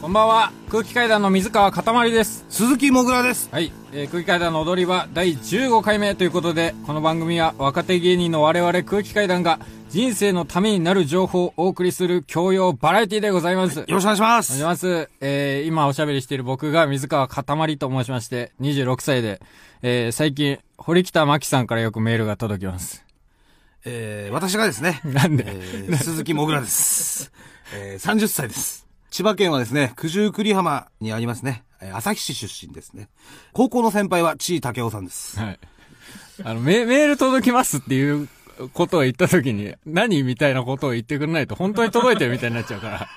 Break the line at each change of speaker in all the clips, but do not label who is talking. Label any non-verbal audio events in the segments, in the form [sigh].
こんばんは空気階段の水川かたまりです
鈴木もぐらです。
はい、えー空気階段の踊り場第15回目ということでこの番組は若手芸人の我々空気階段が人生のためになる情報をお送りする教養バラエティでございます、
よろしくお願いしま
お願いし
す。
ます。えー、今おしゃべりしている僕が水川かたまりと申しまして、26歳で、えー、最近、堀北真希さんからよくメールが届きます。
えー、私がで
[laughs]
すね、
なんで、
えー、鈴木もぐら
[laughs]
です。えー、30歳です。千葉県はですね、九十九里浜にありますね、えー旭市出身ですね。高校の先輩は、地井武雄さんです。
はい。あの、メ、メール届きますっていうことを言った時に、何みたいなことを言ってくれないと、本当に届いてるみたいになっちゃうから、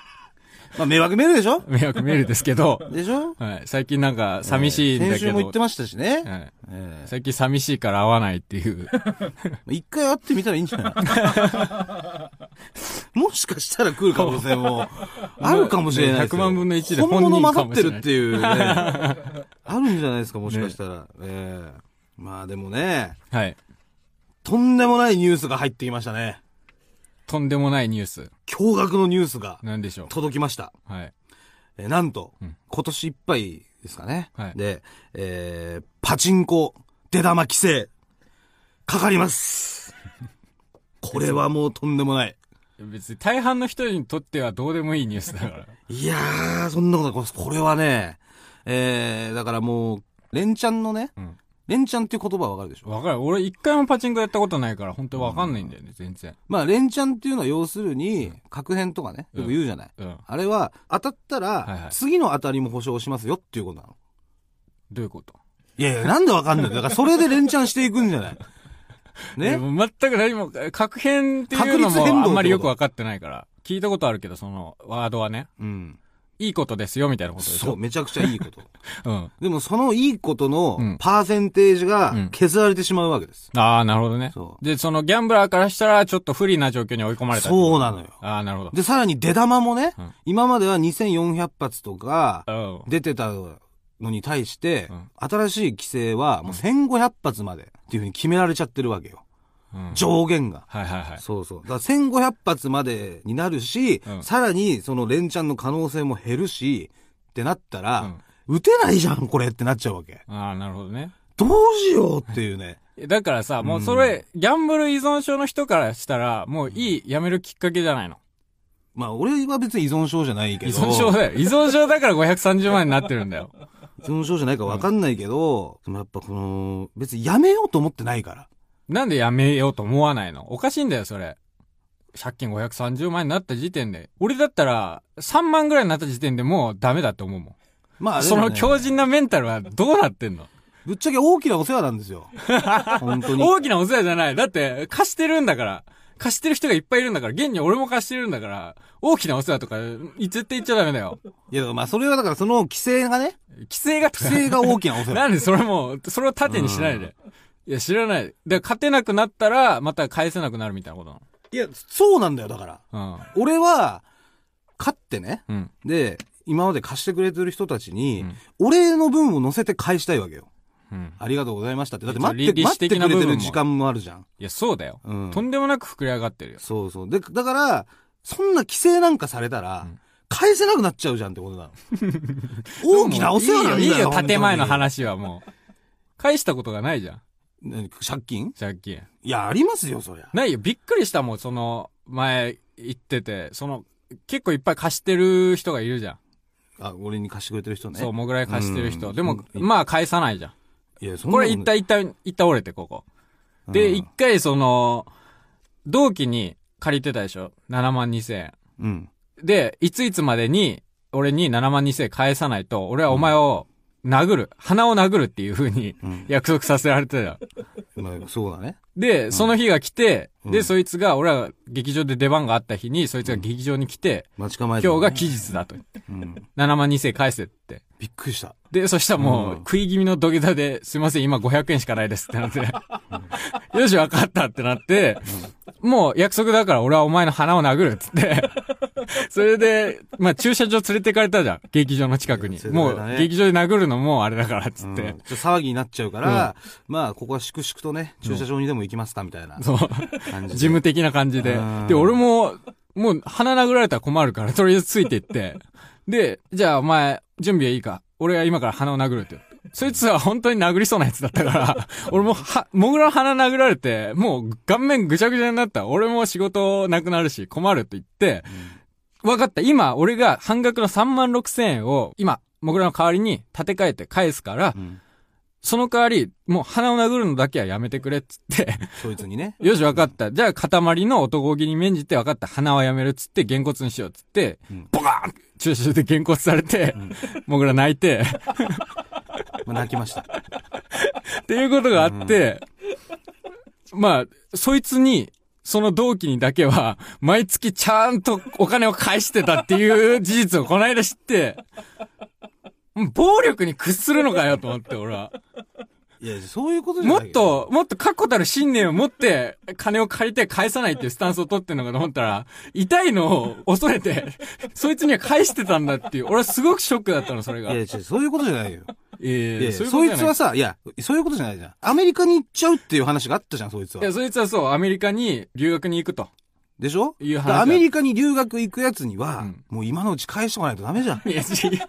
まあ、迷惑メールでしょ
迷惑メールですけ
[laughs]
ど、
でしょ
はい。最近なんか、寂しいんだけど、
先週も言ってましたしね。
はい
え
最近寂しいから会わないって
[laughs]
いう。
ー一回会ってみたらいいんじゃないもしかしたら来る可能性もあるかもしれないですよ。
ね100万分の1で
本物
本人か
勝
も
っ
してれな
る
い
っていうね。あるんじゃないですか、もしかしたら。えーまあでもね、
はい。
とんでもないニュースが入ってきましたね。
とんでもないニュース。
驚愕のニュースが
なんでしょ
届きました。
う。はい。
えーなんと、
ん
今年いっぱいですかね。
はい
で、えーパチンコ、出玉規制、かかります。これはもうとんでもない。
別に大半の人にとってはどうでもいいニュースだか
[laughs]
ら。
いやー、そんなことないこれはね、えー、だからもう、連チャンのね、
うん
連チャンっていう言葉わかるでしょ
わかる。俺一回もパチンコやったことないから、本当わかんないんだよね、全然。
まあ、連チャンっていうのは要するに、確変とかね、よく言うじゃない。
うん。
あれは、当たっ
は
た
いはい、
ら次の当たりも保証しますよっていうことなの。
どういうこと
いやいや、なんでわかんないんだよ。だからそれで連チャンしていくんじゃ
[laughs]
ない
で
ね
も全く何も、確変っていうの
確率変動ってこと
もあんまりよくわかってないから。聞いたことあるけど、そのワードはね、
うん。
いいことですよ、みたいなことでし
そう、
ょ。
めちゃくちゃいいこと。
そう。うん。
でも、そのいいこと
うん
の、パーセンテージ
う
が
ん
削られてしまうわけです。
ああ、なるほどね
そ。う
で、そのギャンブラーからしたら、ちょっと不利な状況に追い込まれたってこと。
そうなのよ。
ああ、なるほ
で、さらに出玉もね
うん、
今までは2400発とか、
ど。うん。
出てたのに対して、
うん
新しい規制はもう1500発までっていうふうに決められちゃってるわけよ。
うん
上限が。
はいはいはい。
そうそう。だから1500発までになるし、
うん
さらにその連チャンの可能性も減るし、ってなったら、
う
打てないじゃん、これってなっちゃうわけ。
ん。ああ、なるほどね。
どうしようっていうね。
だからさ、もうそれ、ギャンブル依存症の人からしたら、もういい、やめるきっかけじゃないの。
まあ、俺は別に依存症じゃないけ
依
ど。
存症だよ。依存症だから530万になってるん
[laughs]
だよ。
依存症じゃないかわかんないけど、でもやっぱこの、別にやめようと思ってないから。
なんでやめようと思わないのおかしいんだよ、それ。借金530万になった時点で。俺だったら、3万ぐらいになった時点でもうダメだって思うも
まあ、
ん。
で
そ
もね
の強靭なメンタルはどうなってんの
ぶっちゃけ大きなお世話なんです
[laughs]
よ。本当に。
大きなお世話じゃない。だって、貸してるんだから。貸してる人がいっぱいいるんだから、現に俺も貸してるんだから、大きなお世話とか、い絶対言っちゃダメだよ。
いや、だからまあ、それはだからその規制がね、
規制が、
規制が大きなお
[laughs]
世話。
なんでそれもう、それを盾にしないで。いや、知らない。で、勝てなくなったら、また返せなくなるみたいなことない
や、そうなんだよ、だから。
の。
俺は、勝ってね、
うん。うん。
で、今まで貸してくれてる人たちに、
うん
俺の分を乗せて返したいわけよ。
うん。
ありがとうございましたって。だって
一応
待って、
利子
待って
的
く
な部
れ
分
て
も
る時間もあるじゃん。
いや、そうだよ。
うん
とんでもなく膨れ上がってるよ。
そうそう。で、だから、そんな規制なんかされたら、
うん
返せなくなっちゃうじゃんっ
[laughs]
てことなの。大きなお世話なんだよ。
いいよ、いいよ、
本当に
建前の。話はもう。返したことがないじゃん。
何借金
借金。
いや、ありますよ、そりゃ。
ないよ、びっくりしたもん、その、前、行ってて、その、結構いっぱい貸してる人がいるじゃん。
あ、俺に貸してくれてる人ね。
そう、もぐらい貸してる人。
うん
でも、
うん
まあ返さないじゃん。
いや、そんな
こ
もん
れ一旦一旦、一旦折れて、ここ。で、
うん
一回その、同期に借りてたでしょ ?7 万2千円。
うん。
で、いついつまでに、俺に7万2千円返さないと、俺はお前を殴る、鼻を殴るっていう風に
うん。
約束させられてたよ。
まあ、そうだね。
で、その日が来て、
うん
で、そいつが、俺は劇場で出番があった日に、そいつが劇場に来て、
待ち構えて、
今日が、期日だと。
うん。
7万2千円返せって。
びっくりした。
で、そしたらもう
うん、
食い気味の土下座で、すいません、今500円しかないですってな [laughs] って、よし、わかったってなって、もう約束だから俺はお前の鼻を殴るっつって、それで、まあ駐車場連れてかれたじゃん、劇場の近くに
連れ。てか
も
れたね
う、劇場で殴るのもあれだからっつっ
うん、ちょ
て
っ。と騒ぎになっちゃうから、まあ、ここは粛々とね、駐車場にでも行きますか、みたいな
そう、
感じで。
事務的な感じで
う。ん
で、俺も、もう鼻殴られたら困るから、とりあえずついてって、で、じゃあお前、準備はいいか。俺は今から鼻を殴るって言って。そいつは本当に殴りそうなやつだったから、俺もは、モグラの鼻殴られて、もう顔面ぐちゃぐちゃになった。俺も仕事なくなるし困るって言って、分かった。今、俺が半額の3万6千円を、今、モグラの代わりに立て替えて返すから、
うん
その代わり、もう鼻を殴るのだけはやめてくれっつって、
そいつにね。
よし、分かった。じゃあ、塊の男気に免じて分かった。鼻はやめるっつって、げんこつにしようっつって、
うん
ボカーン中止でげんこつされて、モグラ泣いて、
まあ、泣きま [laughs] した。
っていうことがあって、まあ、そいつに、その同期にだけは、毎月ちゃんとお金を返してたっていう事実をこの間知っ
[laughs]
て、暴力に屈するのかよと思って、俺は。
いや、そういうことじゃ
も
な
っ
いけど。
と、もっと確固たる信念を持って、金を借りて返さないっていうスタンスを取ってんのかと思ったら、痛いのを恐れて、そいつには返してたんだっていう、俺はすごくショックだったの、それが。
いや、違
え
うそういうことじゃないよ。い
え
や、
ううこ
そ
と
い
じゃな
つはさ、いや、そういうことじゃないじゃん。アメリカに行っちゃうっていう話があったじゃん、そいつ
いや、
は。
そいつはそう、アメリカに留学に行くと。
でしょ
いや
だからアメリカに留学行くやつには、
うん
もう今のうち返しとかないとダメじゃん。
い
[laughs]
や、違う、違う。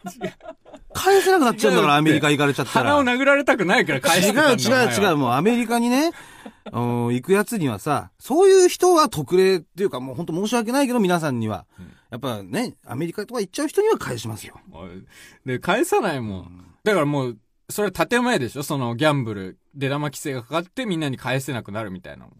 返せなくなっちゃうんだから、
違うって
アメリカ行かれちゃったら。
鼻を殴られたくないから返して
違
たん
う
だ
違う違う、
う。
もうアメリカにね、 [laughs] あの行くやつにはさ、そういう人は特例っていうか、もう本当申し訳ないけど、皆さんには。やっぱね、アメリカとか行っちゃう人には返しますよ。
お前で、返さないもん。だからもう、それは建前でしょそのギャンブル、出玉規制がかかってみんなに返せなくなるみたいなもん。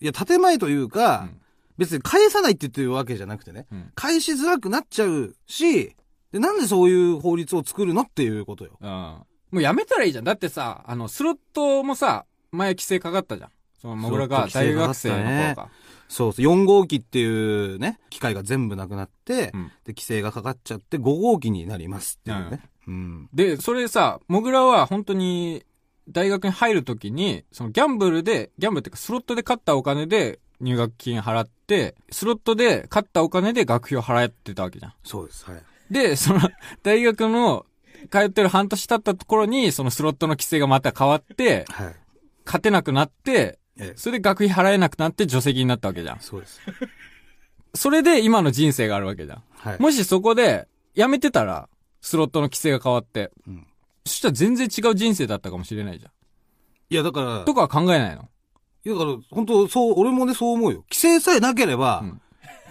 いや、建前というか、
うん
別に返さないって言ってるわけじゃなくてね、
うん
返しづらくなっちゃうし、で、なんでそういう法律を作るのっていうことよ。
うん。もうやめたらいいじゃん。だってさ、あの、スロットもさ、前規制かかったじゃん。その、モグラが
スロット
大
規制かか
学
った
生
ね
の頃か。
そうそう、4号機っていうね、機械が全部なくなって、
うん
で、規制がかかっちゃって5号機になりますっていうね。うん。
で、それさ、モグラは本当に、大学に入るときに、そのギャンブルで、ギャンブルっていうかスロットで勝ったお金で入学金払って、スロットで勝ったお金で学費を払ってたわけじゃん。
そうです、はい。
で、その、大学の、通ってる半年経ったところに、そのスロットの規制がまた変わって、
はい。
勝てなくなって、
ええ、
それで学費払えなくなって助成金になったわけじゃん。
そうです。
それで今の人生があるわけじゃん。
はい。
もしそこで、やめてたら、スロットの規制が変わって、
うん
そしたら全然違う人生だったかもしれないじゃん。
いや、だから、
とかは考えないの
いやだから、本当そう、俺もね、そう思うよ。規制さえなければ、
うん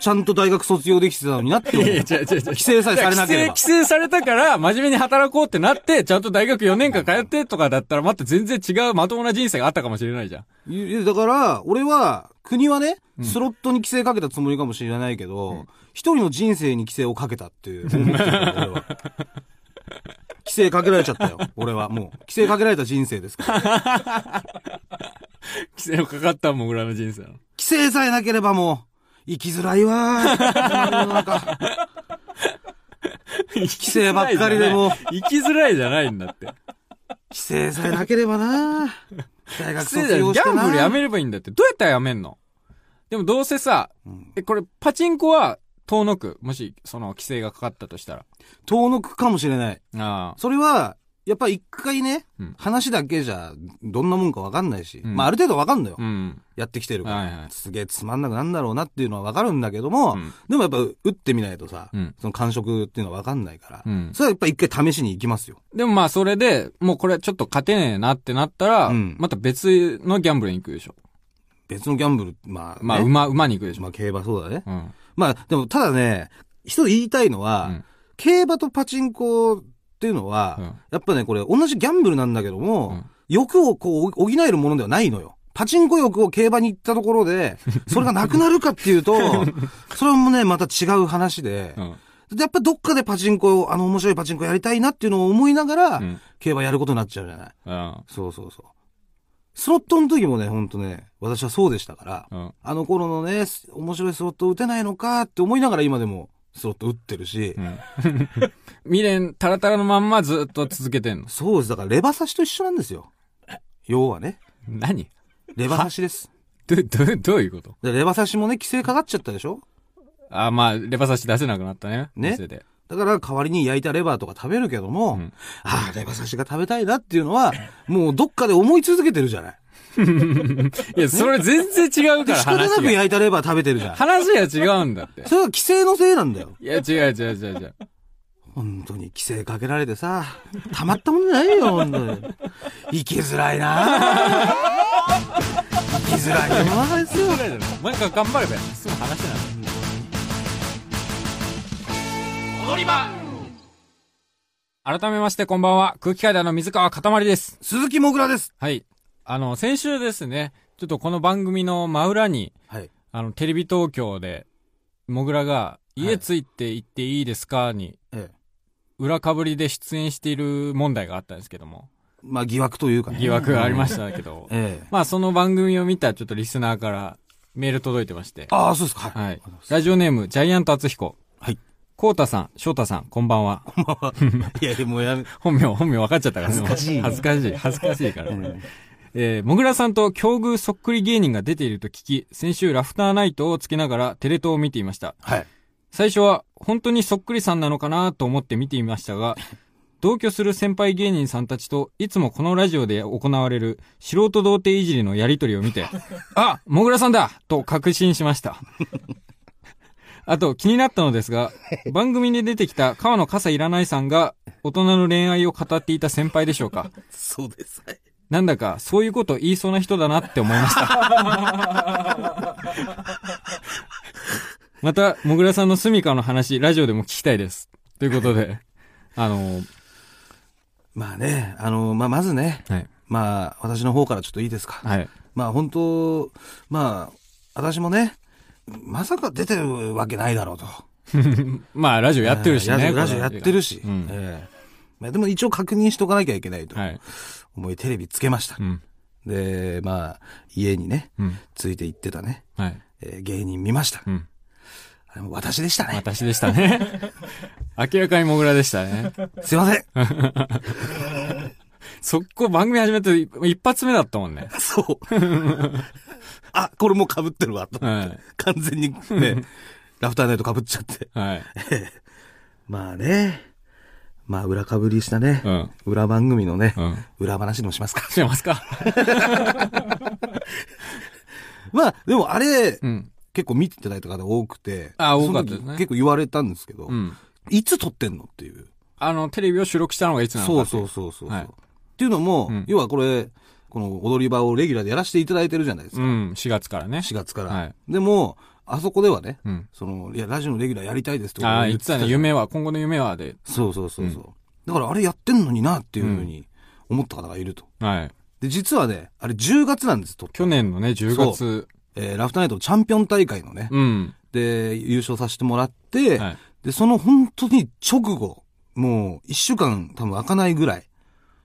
ちゃんと大学卒業できてたのになって思う。規
違う違う違う。
制さえされ
規
なけ
制、
れば
規。制されたから、真面目に働こうってなって、ちゃんと大学4年間通ってとかだったら、また全然違うまともな人生があったかもしれないじゃん。
いやだから、俺は、国はね、スロットに規制かけたつもりかもしれないけど、一、人の人生に規制をかけたっていう。思ってるから俺は規制かけられちゃったよ。俺は、もう。規制かけられた人生です [laughs] から。
[laughs] 規制のかかった [laughs] もぐらの人生なの。
規制さえなければもう、生きづらいわー。世の中
規
制ばっかりでも。
生きづらいじゃないんだって。
規制さえなければなー。大
規
学
制
卒
だよ
業
ギ
して
ャ
な
ンブルやめればいいんだって。どうやったらやめんのでもどうせさ、
うん
え、これ、パチンコは遠のく。もし、その、規制がかかったとしたら。
遠のくかもしれない。
ああ。
それは、やっぱ一回ね、
うん
話だけじゃ、どんなもんかわかんないし、
うん
まあある程度わかんのよ、
うん。
やってきてるから。
はいはい
すげえつまんなくなんだろうなっていうのはわかるんだけども、
うん
でもやっぱ打ってみないとさ、
うん
その感触っていうのはわかんないから、
うん。
それはやっぱ一回試しに行きますよ。
でもまあ、それで、もうこれちょっと勝てねえなってなったら、
うん
また別のギャンブルに行くでしょ。
別のギャンブル、まあ、ね、
まあ、馬、馬に行くでしょ。
まあ競馬そうだね。
うん。
まあでもただね、一つ言いたいのは、
うん
競馬とパチンコっていうのは、
うん
やっぱね、これ同じギャンブルなんだけども、
うん
欲をこう補えるものではないのよ。パチンコ欲を競馬に行ったとこ
[laughs]
ろで、それがなくなるかっていうと、それもね、また違う話で
う、ん。
やっぱどっかでパチンコを、あの面白いパチンコやりたいなっていうのを思いながら、
うん
競馬やることになっちゃうじゃない。
うん。
そうそうそう。スロットの時もね、ほんとね、私はそうでしたから、
うん。
あの頃のね、す面白いスロット打てないのかって思いながら今でもスロット打ってるし、
うん。 [laughs] 未練、タラタラのまんまずっと続けてんの。
そうです。だからレバ刺しと一緒なんですよ。要はね。
何
レバ刺しです。
ど、ど、どういうこと
でレバ刺しもね、規制かかっちゃったでしょ
あ、まあ、レバ刺し出せなくなったね。
ね
店で。
だから代わりに焼いたレバーとか食べるけども、
ん
ああ、レバ刺しが食べたいなっていうのは、もうどっかで思い続けてるじゃない。
いや、それ全然違うか
で、
ら
仕方な
話
く
が。
焼いたレバー食べてるじゃん。
話が違うんだって。
それは規制のせいなんだよ。
いや、違う違う違う違う。
本当に規制かけられてさ、たまったもんじゃないよ、本当に。生きづらいな生きづらい世の中ですよ。
らいだろ。お前が頑張ればいいすぐ話なの。改めましてこんばんは。空気階段の水川かたまりです。
鈴木もぐらです。
はい。あの、先週ですね、ちょっとこの番組の真裏に、
はい。
あの、テレビ東京で、もぐらが、
い
家ついて行っていいですかに、
ええ。
裏かぶりで出演している問題があったんですけども、
まあ疑惑というかね。
疑惑がありましたけど、
ええ。
まあその番組を見たちょっとリスナーからメール届いてまして、
ああ、そうですか。はい。
はい。ラジオネーム、ジャイアント厚彦。
はい。
コウタさん、翔太さん、こんばんは。
[laughs] いや、でもやめ、
本名、本名分かっちゃったからね
恥ずかしい
恥ずかしい。恥ずかしいから。えー、もぐらさんと境遇そっくり芸人が出ていると聞き、先週ラフターナイトをつけながらテレ東を見ていました。
はい。
最初は、本当にそっくりさんなのかなと思って見ていましたが、同居する先輩芸人さんたちと、いつもこのラジオで行われる素人童貞いじりのやりとりを見て、あ、もぐらさんだと確信しました。 [laughs] あと、気になったのですが、番組に出てきた川野笠いらないさんが、大人の恋愛を語っていた先輩でしょうか。
そうです。はい
なんだか、そういうこと言いそうな人だなって思いました。 [laughs] また、もぐらさんのスミカの話、ラジオでも聞きたいです。ということで、あの、
まあね、あの、まあまずね、
はい、
まあ私の方からちょっといいですか。
はい、
まあ本当、まあ、私もね、まさか出てるわけないだろうと。
まあ、ラジオやってるしね。
えー
この
ラジオラジオやってるし。
うん
ええまあでも一応確認しとかなきゃいけないと
はい。
思いテレビつけました
う。ん。
で、まあ、家にね、
うん。
ついて行ってたね、
はい。
えー芸人見ました
う。ん。
あれも私でしたね。
私でしたね。 [laughs] 明らかにもぐらでしたね。
すいません。
速攻番組始めて一発目だったもんね。
[laughs] そう。 [laughs] あ、これもう被ってるわ、と思って。
はい
完全に
[laughs]
ね、ラフターナイト被っちゃって。
はい。
まあね、まあ裏被りしたね、
うん。
裏番組のね、
うん。
裏話でもしますか。
してますか
まあ、でもあれ、
うん。
結構見ていただいた方多くて。
あ多かったですね
その時結構言われたんですけど、
うん。
いつ撮ってんのっていう。
あの、テレビを収録したのがいつなのか
そう
ってい
そうそうそう。
はい
っていうのも、
うん
要はこれ、この踊り場をレギュラーでやらせていただいてるじゃないですか。
うん、4月からね。
4月から。
はい
でも、あそこではね、
うん。
その、いや、ラジオのレギュラーやりたいですってことを
ああ、言っ
言ってて
たね。
たじゃん
夢は、今後の夢はで。
そうそうそうそう。だからあれやってんのになっていうふうに思った方がいると。
はい。
で、実はね、あれ10月なんです、撮った
去。年のね、10月。
えーラフターナイトのチャンピオン大会のね、
うん。
で、優勝させてもらって、
はい。
で、その本当に直後、もう一週間多分開かないぐらい。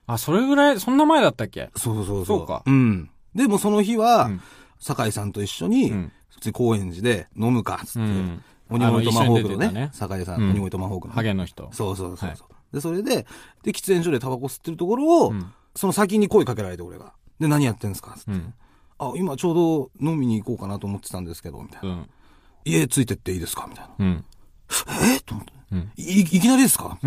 あ、それぐらい、そんな前だったっけ
そうそう
そうか
うん。で、もうその日は、
うん
酒井さんと一緒に、
うん
普通に高円寺で飲むか、つって、
うん
鬼越トマホークの
あの一緒に出てたね
ね、酒井さん、
うん
鬼越トマホークの、
ハゲの人。
そうそうそうそう、
はい
で、それで、で、喫煙所でタバコ吸ってるところを、
うん
その先に声かけられて俺が。で、何やってんすかつって、
うん。
あ、今ちょうど飲みに行こうかなと思ってたんですけど、みたいうな。
ん。
家ついてっていいですかみたいな。
うん。
えーと思って。
うん
い、いきなりです [laughs] か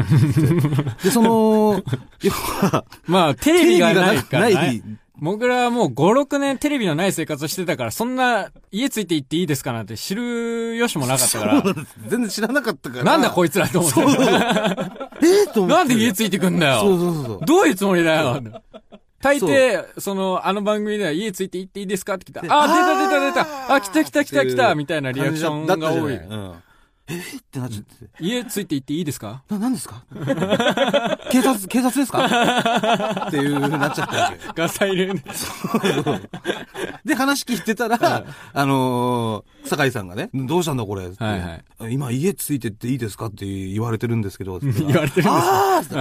で、そ [laughs] の、要は、
まあ、テレビがないから
テレビがない
ね。僕らはもう5、6年テレビのない生活をしてたから、そんな、家ついて行っていいですかなんて知るよしもなかったから、
全然知らなかったから。
なんだこ
い
いつらと思っ
つ。そうそう
て。
えーと思って。
なんで家
つ
ついてくんだよ。
そうそうそうそう。
どういうつもりだ
[laughs]
よ。大抵、その、あの番組では家ついて行っていいですかって来た。あ
で
ー、
あー
出た出た出た。あ、来た来た来た来た。みたいなリアクションが
感じ
多
だっ
い
た。じゃないうんえーってなっちゃって。
家ついて行っていいです
[laughs]
か
な、何ですか警察、警察ですかっていう風になっちゃったわけ [laughs] よ。
ガサ入れね。
で、話聞いてたら、あのー、酒井さんがね、どうしたんだこれって
はいはい
今家ついてっていいですかって言われてるんですけ [laughs] ど、言
言われてるんですよ
あー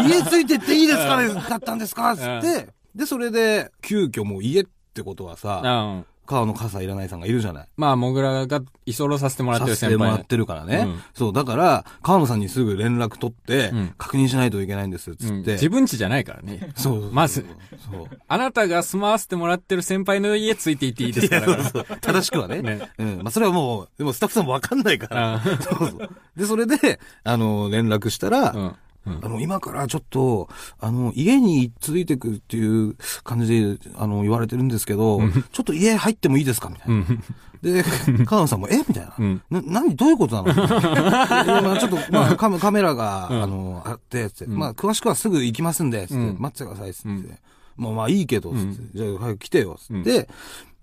あ家ついてっていいですかねだったんですかつって、で、それで、急遽もう家ってことはさ、
うん。
川の傘いらないさんがいるじゃない。
まあ、もぐらが居候させてもらって
さ
る
せ
先
てもら
輩
っ。てるからね。
うん
そう、だから、川野さんにすぐ連絡取って、
うん
確認しないといけないんです、つ
う
って。
ん自分家じゃないからね。
そうそうそう
まず。
そう。
あなたが住まわせてもらってる先輩の家ついて行っていいですかだから。
正しくはね。
ね
うん。まあ、それはもう、でもスタッフさんもわかんないから。そうそう。で、それで、あの、連絡したら、
うん
あの、今からちょっと、あの、家に続いてくっていう感じで、あの、言われてるんですけど、ちょっと家入ってもいいですかみたいな。で、カナンさんも、えみたいな。
ん
な、何どういうことなのでまあちょっと、まあ、カメカメラが、あの、あって、つって、まあ、詳しくはすぐ行きますんで、つって、待っててください、つって。まあまあいいけど、つって、じゃあ早く来てよ、つって、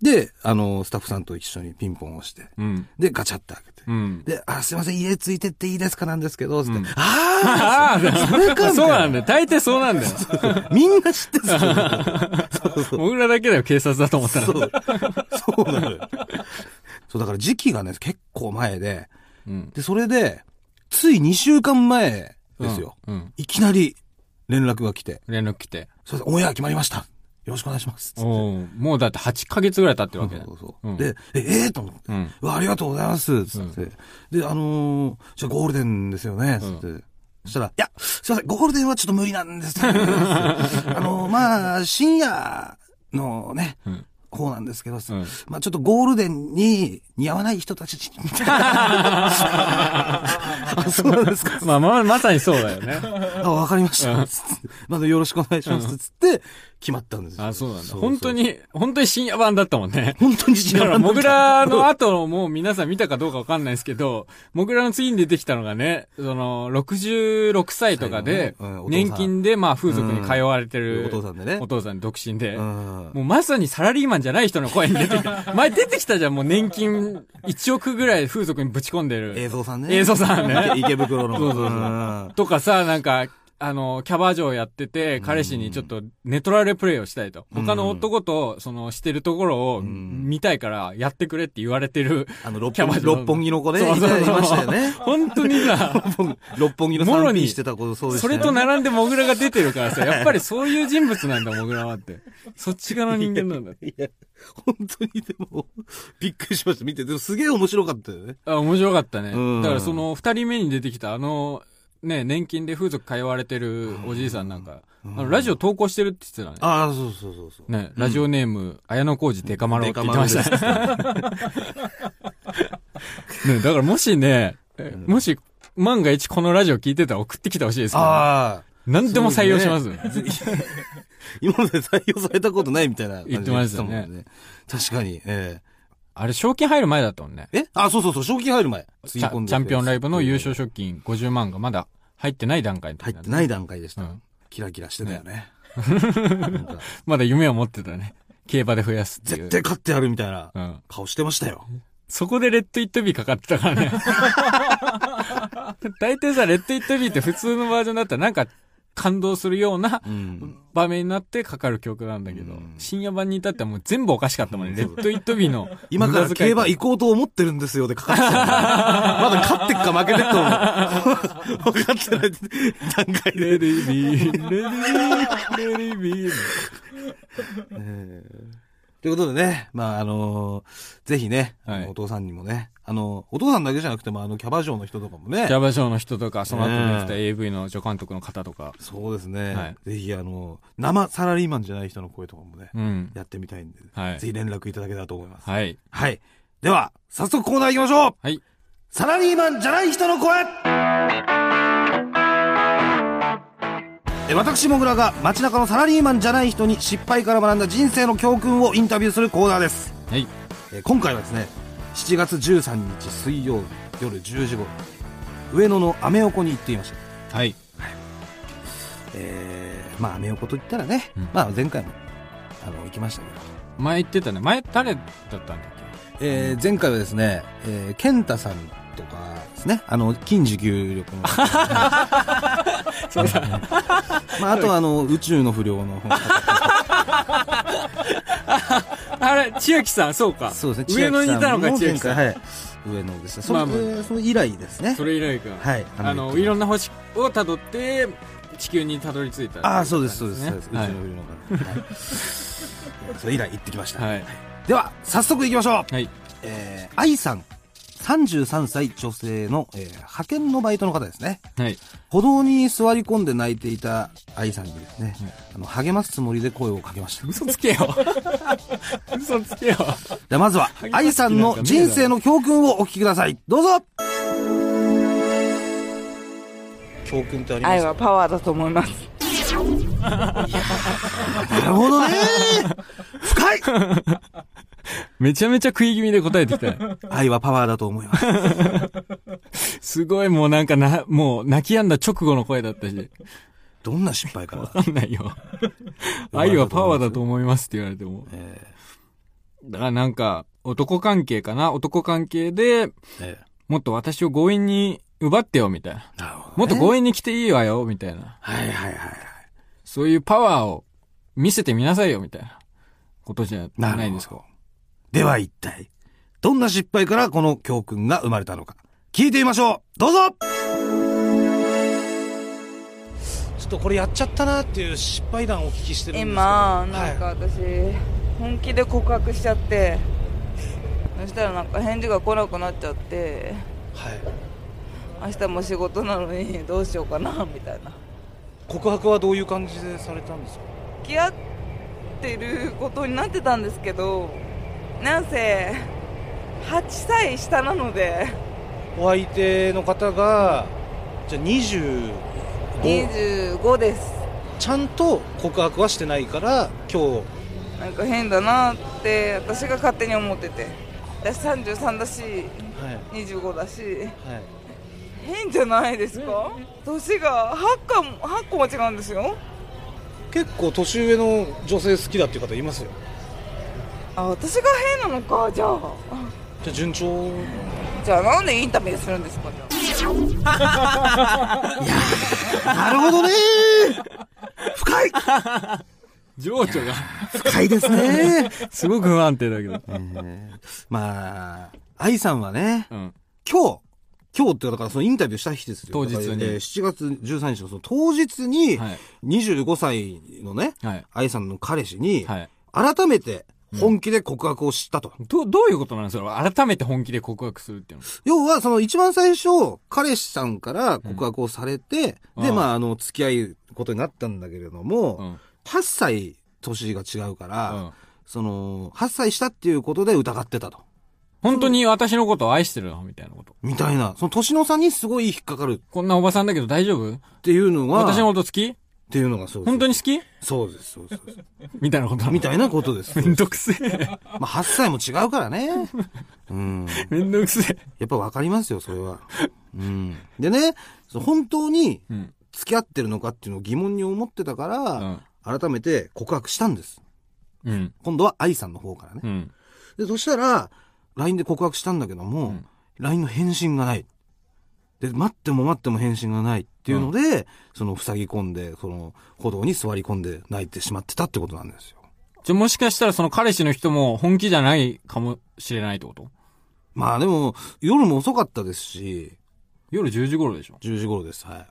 で、あの、スタッフさんと一緒にピンポンをして、
うん。
で、ガチャって開けて。
うん。
で、あ、すいません、家ついてっていいですかなんですけど、つって、
ああ
ああそれかみたいな
そうなんだよ。大抵そうなんだよ。
ー [laughs] みんな知ってたそうそう。
僕らだけだよ、警察だと思ったら。
そう。そうなのよ。そう、だから時期がね、結構前で、
うん。
で、それで、つい2週間前ですよ。
うん。
いきなり連絡が来て、
連絡来て。
すいません、オンエア決まりました。よろしくお願いします。つって
おーもうだって8ヶ月ぐらい経ってるわけだ
そう
よ。
そう
うん
で、え、えーと思って、
う
うんわ、ありがとうございます、つって。で、あのーじゃあゴールデンですよね、つって。そしたら、いや、すいません、ゴールデンはちょっと無理なんですけど、つってあのーまあ、深夜のね、
ん
方なんですけど、つって
うん
まあちょっとゴールデンに似合わない
[laughs]
人たち、みたいなあそうなんですか。
[laughs] まあまあ、まさにそうだよ
[laughs]
ね。
あ、わかりました。つってまだよろしくお願いします。つって、決まったんですよ。
あ、そうなんだ。本当。に、本当に深夜版だったもん
[laughs]
ね。
本当に知
だからら、
なか
モ
っ
グ
た
ラの後もう皆さん見たかどうかわかんないですけど、モグラの次に出てきたのがね、その、66歳とかで
そうよねうん、お父さん
年金でまあ風俗に通われてる、
うんお父さんでね
お父さん独身で、
うん
もうまさにサラリーマンじゃない人の声に出てきた。前出てきたじゃん、もう年金1億ぐらい風俗にぶち込んで
映
る。
像さんね。
映像さんね。
池袋の。
そうそうそう
うん
とかさ、なんか、あの、キャバ嬢やってて、彼氏にちょっとネトラレプレイをしたいと。他の男と、その、してるところを見たいから、やってくれって言われて
[laughs]
る。
あの、六
キャバ
本
嬢
六本木の子ね、い
そうそうそう
たいましたよね。
本当にさ、
六本木の
もろに
3P してた子、そうです
そ
ね。
れと並んでモグラが出てるからさ、やっぱりそういう人物なんだ、モグラはって。そっち側の人間なんだって。
いや、本当にでも、びっくりしました。見て、でもすげえ面白かったよね。
あ、面白かったね。
うん
だからその、二人目に出てきた、あの、ね、年金で風俗通われてるおじいさんなんか、あの、ラジオ投稿してるって言ってたね。
ああ、そうそうそうそう。
ね、ラジオネーム、綾野浩二デカマロって言ってましたね
デカマロです
ね、だからもしね、えもし、万が一このラジオ聞いてたら送ってきてほしいですけど、
ああ。
何でも採用します。
今まで採用されたことないみたいな感じで
言ってましたね
言ってもんね。確かに。え
あれ、賞金入る前だったもんね。
ええあ、そうそうそう、賞金入る前。
チャチャンピオンライブの優勝賞金50万がまだ入ってない段階の時
入っ
なん
て
で
ない段階でした。
うん
キラキラしてたよね。なんか
まだ夢を持ってたね。競馬で増やすっていう。
絶対勝ってやるみたいな
うん。
顔してましたよ。
そこでレッド・イット・ビーかかってたから
[laughs]
ね。大体さ、レッド・イット・ビーって普通のバージョンだったらなんか感動するような
うん。
場面になってかかる曲なんだけど、
うん
深夜版に至ってはもう全部おかしかったもんね。レッド・イット・ビーの無駄遣い。
[laughs] 今から競馬行こうと思ってるんですよでかかってたよねまだ勝ってっか負けてっかも分かってない段階で。
レディビー、レディビー、レディビー。
ということでね、まああのーぜひね、
はい
あのお父さんにもね、あの、お父さんだけじゃなくてもあのキャバ嬢の人とかもね
キ、ャバ嬢の人とか、その後に来た
ね
AV の助監督の方とか。
そうですね、
はい
ぜひあの、生サラリーマンじゃない人の声とかもね、
うん。
やってみたいんで、
はい
ぜひ連絡いただけたらと思います。
はい。
はい。では、早速コーナー行きましょう
はい。
サラリーマンじゃない人の声え私もぐらが街中のサラリーマンじゃない人に失敗から学んだ人生の教訓をインタビューするコーナーです
はい。
え今回はですね7月13日水曜日夜10時頃上野のアメ横に行っていました
はい。
えー、まあアメ横といったらね、
うん
まあ前回もあの行きましたけど
前言ってたね。前、誰だったんだっ
えー前回はですね、えー、健太さんとかですね、あの、筋持久
[laughs]
力の。 [laughs] まあ、あとはあの、宇宙の不良の。
けあれ、千秋さん、 [laughs] そうか。
そうですね、
上野にいたのが千
千
秋
秋
さ
さん
ん。
も前回。はい。上野ですね。そ
まあ
の、
まあ
えーその以来ですね
そ。れ以来か。
はい。
あの、い
色
ろんな星を辿って、地球に辿り着いた。
ああ、そうです、そうです。そうです宇宙
は
の
い。
不良の方。はいそれ以来行ってきました。
はい。
では、早速行きましょう
はい。
えー、愛さん、33歳女性の、えー派遣のバイトの方ですね。
はい。
歩道に座り込んで泣いていた愛さんにですね、あの励ますつもりで声をかけま
[laughs]
した。
嘘つけよ。嘘つけよ。
ではまずは
励、ます
愛さんの人生の教訓をお聞きください。どうぞ教訓ってありま
愛
す
はパワーだと思
[laughs]
います
なるほどね。 [laughs] 深い
めちゃめちゃ食い気味で答えてきたよ。
愛はパワーだと思います。
すごいもうなんかな、もう泣き止んだ直後の声だったし。
どんな失敗から
[laughs] わかんないよ。愛はパワーだと思いますって言われても。
え
だからなんか、男関係かな男関係で、
ええ
もっと私を強引に奪ってよ、みたいな。
えなるほど。
もっと強引に来ていいわよ、みたいな。
はいはいはい。
そういうパワーを見せてみなさいよ、みたいなことじゃ
なるほど
ないんですか。
では一体、どんな失敗からこの教訓が生まれたのか。聞いてみましょうどうぞちょっとこれやっちゃったなっていう失敗談をお聞きしてるんですけど。
今なんか
はい
私、本気で告白しちゃってそしたらなんか返事が来なくなっちゃって
はい。
明日も仕事なのにどうしようかなみたいな
告白はどういう感じでされたんですか
付き合ってることになってたんですけどなんせ8歳下なので
お相手の方が、じゃあ25
25です
ちゃんと告白はしてないから今日
なんか変だなって私が勝手に思ってて私33だし
はい
25だし
はい
変じゃないですか年が8個も8個も違うんですよ
結構年上の女性好きだっていう方いますよ
あ私が変なのかじゃあ
じゃあ順調
じゃあなんでインタビューするんですかじゃ
なるほ [laughs] どね深い
情緒が、
深いですね
すごく不安定だけど。
まあ愛さんはね
うん。
今日今日ってだからそのインタビューした日ですよ
当日に
だからえー7月13日のその当日に
はい
25歳のね、
はい。
愛さんの彼氏に
はい。
改めて本気で告白をしたと、
ど、どういうことなんですか改めて本気で告白するっていうの。
要は、その一番最初、彼氏さんから告白をされて、
うん
で、
ああ
まあ、あの、付き合うことになったんだけれども、
うん。
8歳年が違うから、
うん
その、8歳したっていうことで疑ってたと。
本当に私のことを愛してるのみたいなこと。
みたいな、その年の差にすごい引っかかる
こんなおばさんだけど大丈夫
っていうのが、
私のこと好き
っていうのがそうです。
本当に好き
そうです、そうです。そうです
みたいなことなの
[laughs] みたいなことです。
めんどくせえ。
[laughs] まあ、8歳も違うからね。うん。
めんどくせ
やっぱわかりますよ、それは。うん。でね、その本当に
え。うん。
付き合ってるのかっていうのを疑問に思ってたから、
うん。
改めて告白したんです。
うん。
今度は愛さんの方からね。
うん。
で、そしたら、LINE で告白したんだけども、
ん
LINE の返信がない。で、待っても待っても返信がないっていうので、その、塞ぎ込んで、その、歩道に座り込んで泣いてしまってたってことなんですよ。
じゃ、もしかしたらその彼氏の人も本気じゃないかもしれないってこと
まあでも、夜も遅かったですし、
夜10時頃でしょ
10時頃です、はい。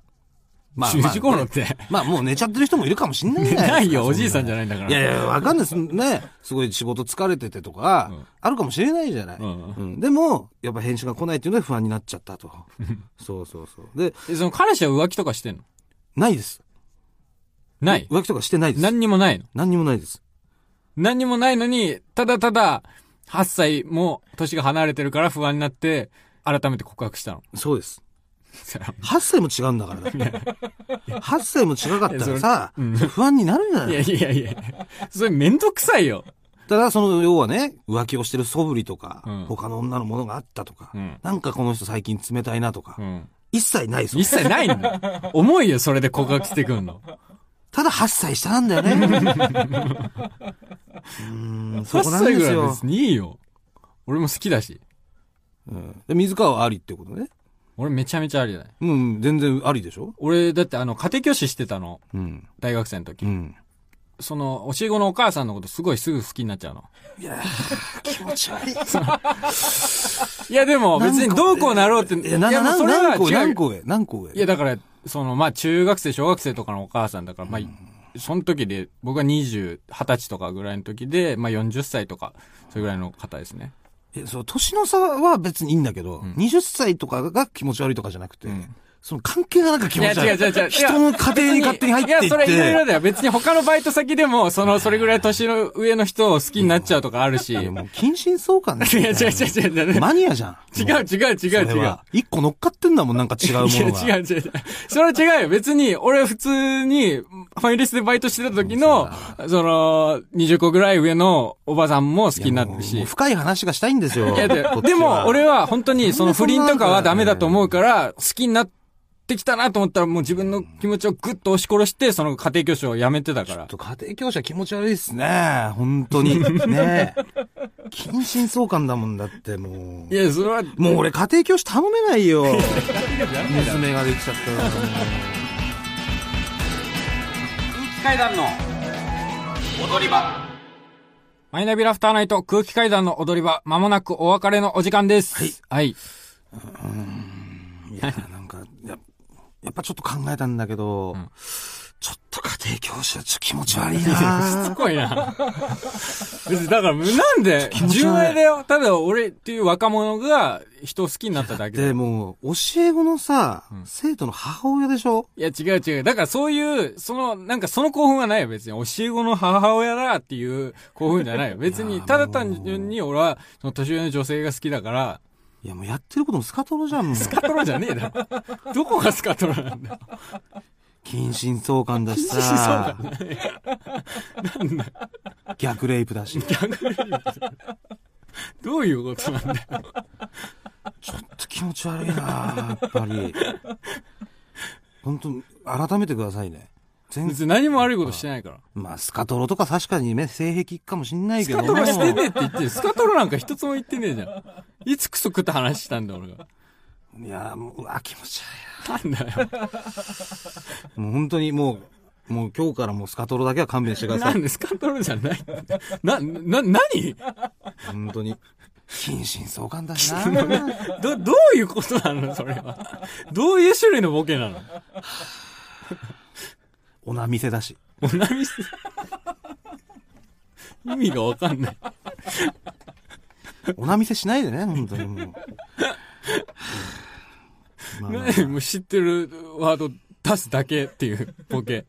?10 時頃って。
まあもう寝ちゃってる人もいるかもしんないじゃですか
ないよ
そ
おじいさんじゃないんだから
いやいや、わかんないですね。すごい仕事疲れててとか、あるかもしれないじゃない、
うんうん
うんでも、やっぱ返信が来ないっていうので不安になっちゃったと。そうそうそう。で、
えその彼氏は浮気とかしてんの
ないです。
ない。
浮気とかしてないです。
何にもないの。
何にもないです。
何にもないのに、ただただ、8歳も年が離れてるから不安になって、改めて告白したの。
そうです。8歳も違うんだからだって。8歳も違かったらさ、不安になるんじゃ [laughs] ないい
やいやいや、それめんどくさいよ。
ただ、その、要はね、浮気をしてる素振りとか、
うん
他の女のものがあったとか、
うん
なんかこの人最近冷たいなとか、
うん。
一切ないです
一切ないんだ。重いよ、それで告白してくんの。
ただ8歳下なん
[laughs]
だよね。うーん、そ
8
こなんで
歳ぐ
す
らいは
よ
別。にいいよ。俺も好きだし。
うんで水川はありってことね。
俺めちゃめちゃありだね。
うん、全然ありでしょ
俺、だってあの、家庭教師してたの。
うん。
大学生の時。
うん。
その、教え子のお母さんのことすごいすぐ好きになっちゃうの。
気持ち悪い。
いや、でも別にどうこうなろうって。
いや、な、
いやもう
な、
それは
何
違
個、
う
何個上何個上
いや、だから、その、まあ、中学生、小学生とかのお母さんだから、まあ、その時で、僕は20、20歳とかぐらいの時で、まあ、40歳とか、それぐらいの方ですね。
いやそう、年の差は別にいいんだけど、20歳とかが気持ち悪いとかじゃなくて、その関係がなんか気
いや
持ち悪い。
違う違う違う。
人の家庭に勝手に入っていって。
や、それいろいろだよ。別に他のバイト先でも、その、それぐらい年の上の人を好きになっちゃうとかあるし。いや、違う
いやもう近親相関ね。
違う違う違う。
マニアじゃん。
違う違う違う
そ
違
れ
う
は。。一個乗っかってんだもん、なんか違うもの
いや、
が。
違う違う違う。それは違うよ。別に、俺普通に、ファミレスでバイトしてた時の、その、20個ぐらい上のおばさんも好きになるし
もう。深い話がしたいんですよ。
いや、で
こっちは
でも、俺は本当に、その
そ
不
んな
倫とか
なんか
はダメだと思うから、好きになってきたなと思ったら、もう自分の気持ちをグッと押し殺して、その家庭教師を辞めてたか
ちょ
ら
っ。と家庭教師は気持ち悪いっすね。本
[laughs]
当に。ねえ。近親相関だもんだって、も。
いうや、それは、
もう俺家庭教師頼めな
[laughs]
いよ。娘ができちゃったら。
マイナビラフターナイト空気階段の踊り場、まもなくお別れのお時間です。はい。
いや、なんか、ややっぱちょっと考えたんだけど、ちょっと家庭教師はちょっと気持ち悪い
す
な
ごいな。別にだから、なん
[laughs]
で、
持ち悪い
純愛だよ。ただ、俺っていう若者が人を好きになった [laughs] だけだ
[laughs] で、
よ。
もう、教え子のさ、生徒の母親でしょ
いや、違う違う。だから、そういう、その、なんか、その興奮はないよ、別に。教え子の母親だっていう興奮じゃないよ。別
い [laughs]
に、
や
ただ単純に俺は、その年上の女性が好きだから、
いや、もうやってることもスカトロじゃん、もう。
スカトロじゃねえだろ。 [laughs] どこがスカトロなん
[laughs]
だよ。
近親相関だしさ。逆レイプだし。ちょ
どういうことなんだよ。
っと気持ち悪いなやっぱり。本当改めてくださいね。全
別
然、
に何も悪いことしてないから。
まあ、スカトロとか確かにね、性癖かもしんないけ
ス
[laughs] ど
カトロ
も。
してねえって言ってる。スカトロなんか一つも言ってねえじゃん。いつクソ食った話したんだ、俺が。
いや、もう、うわ、気持ち悪い。
なんだよ。
もう本当にもう、もう今日からもうスカトロだけは勘弁してくだ
な
さい。
んでスカトロじゃないな、な、なに
本当に。近親相関だしな。
ど、どういうことなのそれは。どういう種類のボケなの
おなみせだし。
おなみす、意味がわかんない。
おなみせしないでね、本
[laughs]
当にもう。まあまあ
何もう知ってるワード出すだけっていうボケ。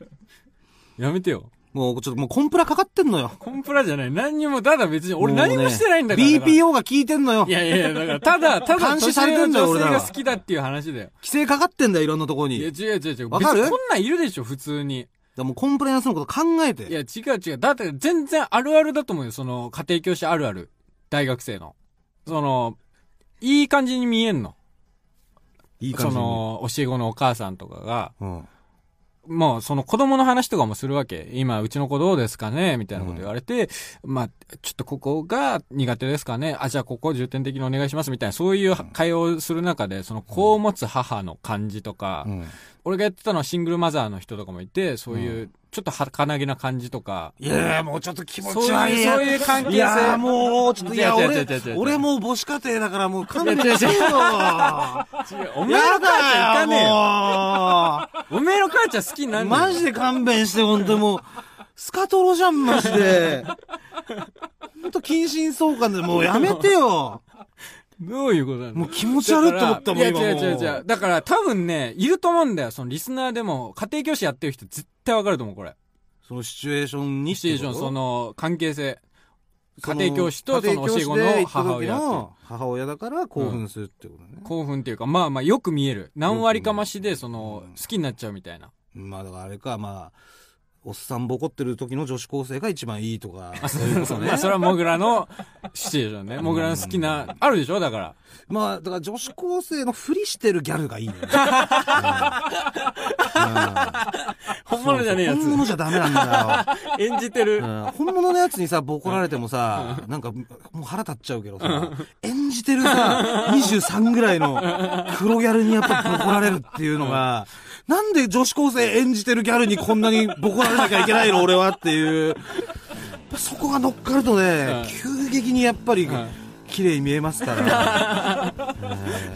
やめてよ。
もうちょっともうコンプラかかってんのよ。
コンプラじゃない。何にも、ただ別に、俺
うね
何もしてないんだから。
BPO が効いてんのよ
い。やいやいや、だから、ただ、ただ、
監視されてんだよ
年上の
俺ら
女
は
性が好きだっていう話だよ。
規制かかってんだよ、いろんなところに。
いや、
だか
違う違う違う。
わかる
別にこんなんいるでしょ、普通に。
らもうコンプライアンスのこと考えて。
いや、違う違う。だって、全然あるあるだと思うよ。その、家庭教師あるある。大学生の。その、いい感じに見えんの。
いい感
そ
じに。
の、教え子のお母さんとかが、
うん。
もう、その子供の話とかもするわけ。今、うちの子どうですかねみたいなこと言われて、まあ、ちょっとここが苦手ですかねあ、じゃあここ重点的にお願いします。みたいな、そういう会話をする中で、その子を持つ母の感じとか、
うん
俺がやってたのはシングルマザーの人とかもいて、そういう、ちょっと儚げな感じとか、
いやいや、もうちょっと気持
そう
ち悪
い、
いうや。
そういう関係性。
いやーもう、ちょっと、いや、
違う違う
俺
違う違う違、う
俺もう母子家庭だからもう勘弁
いや違う違う
してよ。
違うおめえの
や
母ちゃん行かねえよ。
だよ、
おめえの母ちゃん好きにな
も
ん
う。
ねえよ
マジで勘弁して、ほんともう。スカトロじゃん、マジで。ほんと、近親相関で、もうやめてよ。
どういうことなの
もう気持ち悪いと思ったもん、
だ
今
か
もう。
らいや、違う違う違う。だから多分ね、いると思うんだよ。そのリスナーでも、家庭教師やってる人絶対わかると思う、これ。
そのシチュエーションに
シチュエーション、その、関係性。家庭教師とそ
家庭
の教
教師
え
で
子
行
の
った時
母親っていう。
母親だから興奮するってことね。
興奮っていうか、まあまあ、よく見える。何割かましで、その
うん、
好きになっちゃうみたいな。
まあだからあれか、まあ、おっさんボコってる時の女子高生が一番いいとか、そういうことね
まあ、。それはモグラのシチュエーションね。モグラの好きな、あるでしょだから。
まあ、だから女子高生のふりしてるギャルがいいね。
本物じゃねえやつ。
本物じゃダメなんだ
演じてる。
よ。本物のやつにさ、ボコられてもさ、なんか、もう腹立っちゃうけどさ、演じてるさ、23ぐらいの黒ギャルにやっぱボコられるっていうのが、なんで女子高生演じてるギャルにこんなにボコられなきゃいけないの俺はっていう。やっぱそこが乗っかるとね、急激にやっぱり
ん、
綺麗に見えます
[laughs]
から。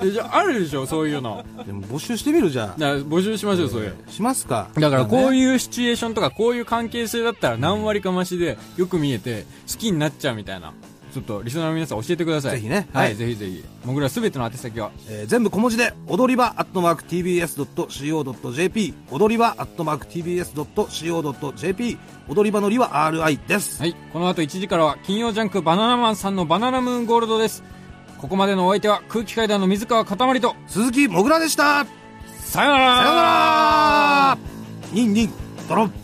でじゃああるでしょそういうの。
でも募集してみるじゃ
だから募集しましょう、そういう。
ん。しますか。
だからこう
う。
いうシチュエーションとかこういう関係性だったら何割かましでよく見えて好きになっちゃうみたいな。ちょっとリスナーの皆さん教えてください
ぜひね
はい、
はい
ぜひぜひもぐらすべての宛先は
えー全部小文字で踊り場アットマーク TBS.CO.JP 踊り場アットマーク TBS.CO.JP 踊り場のりは RI です、
はいこの後1時からは金曜ジャンクバナナマンさんのバナナムーンゴールドですここまでのお相手は空気階段の水川かたまりと
鈴木もぐらでしたさよ
さよなら
ならニンニンドロン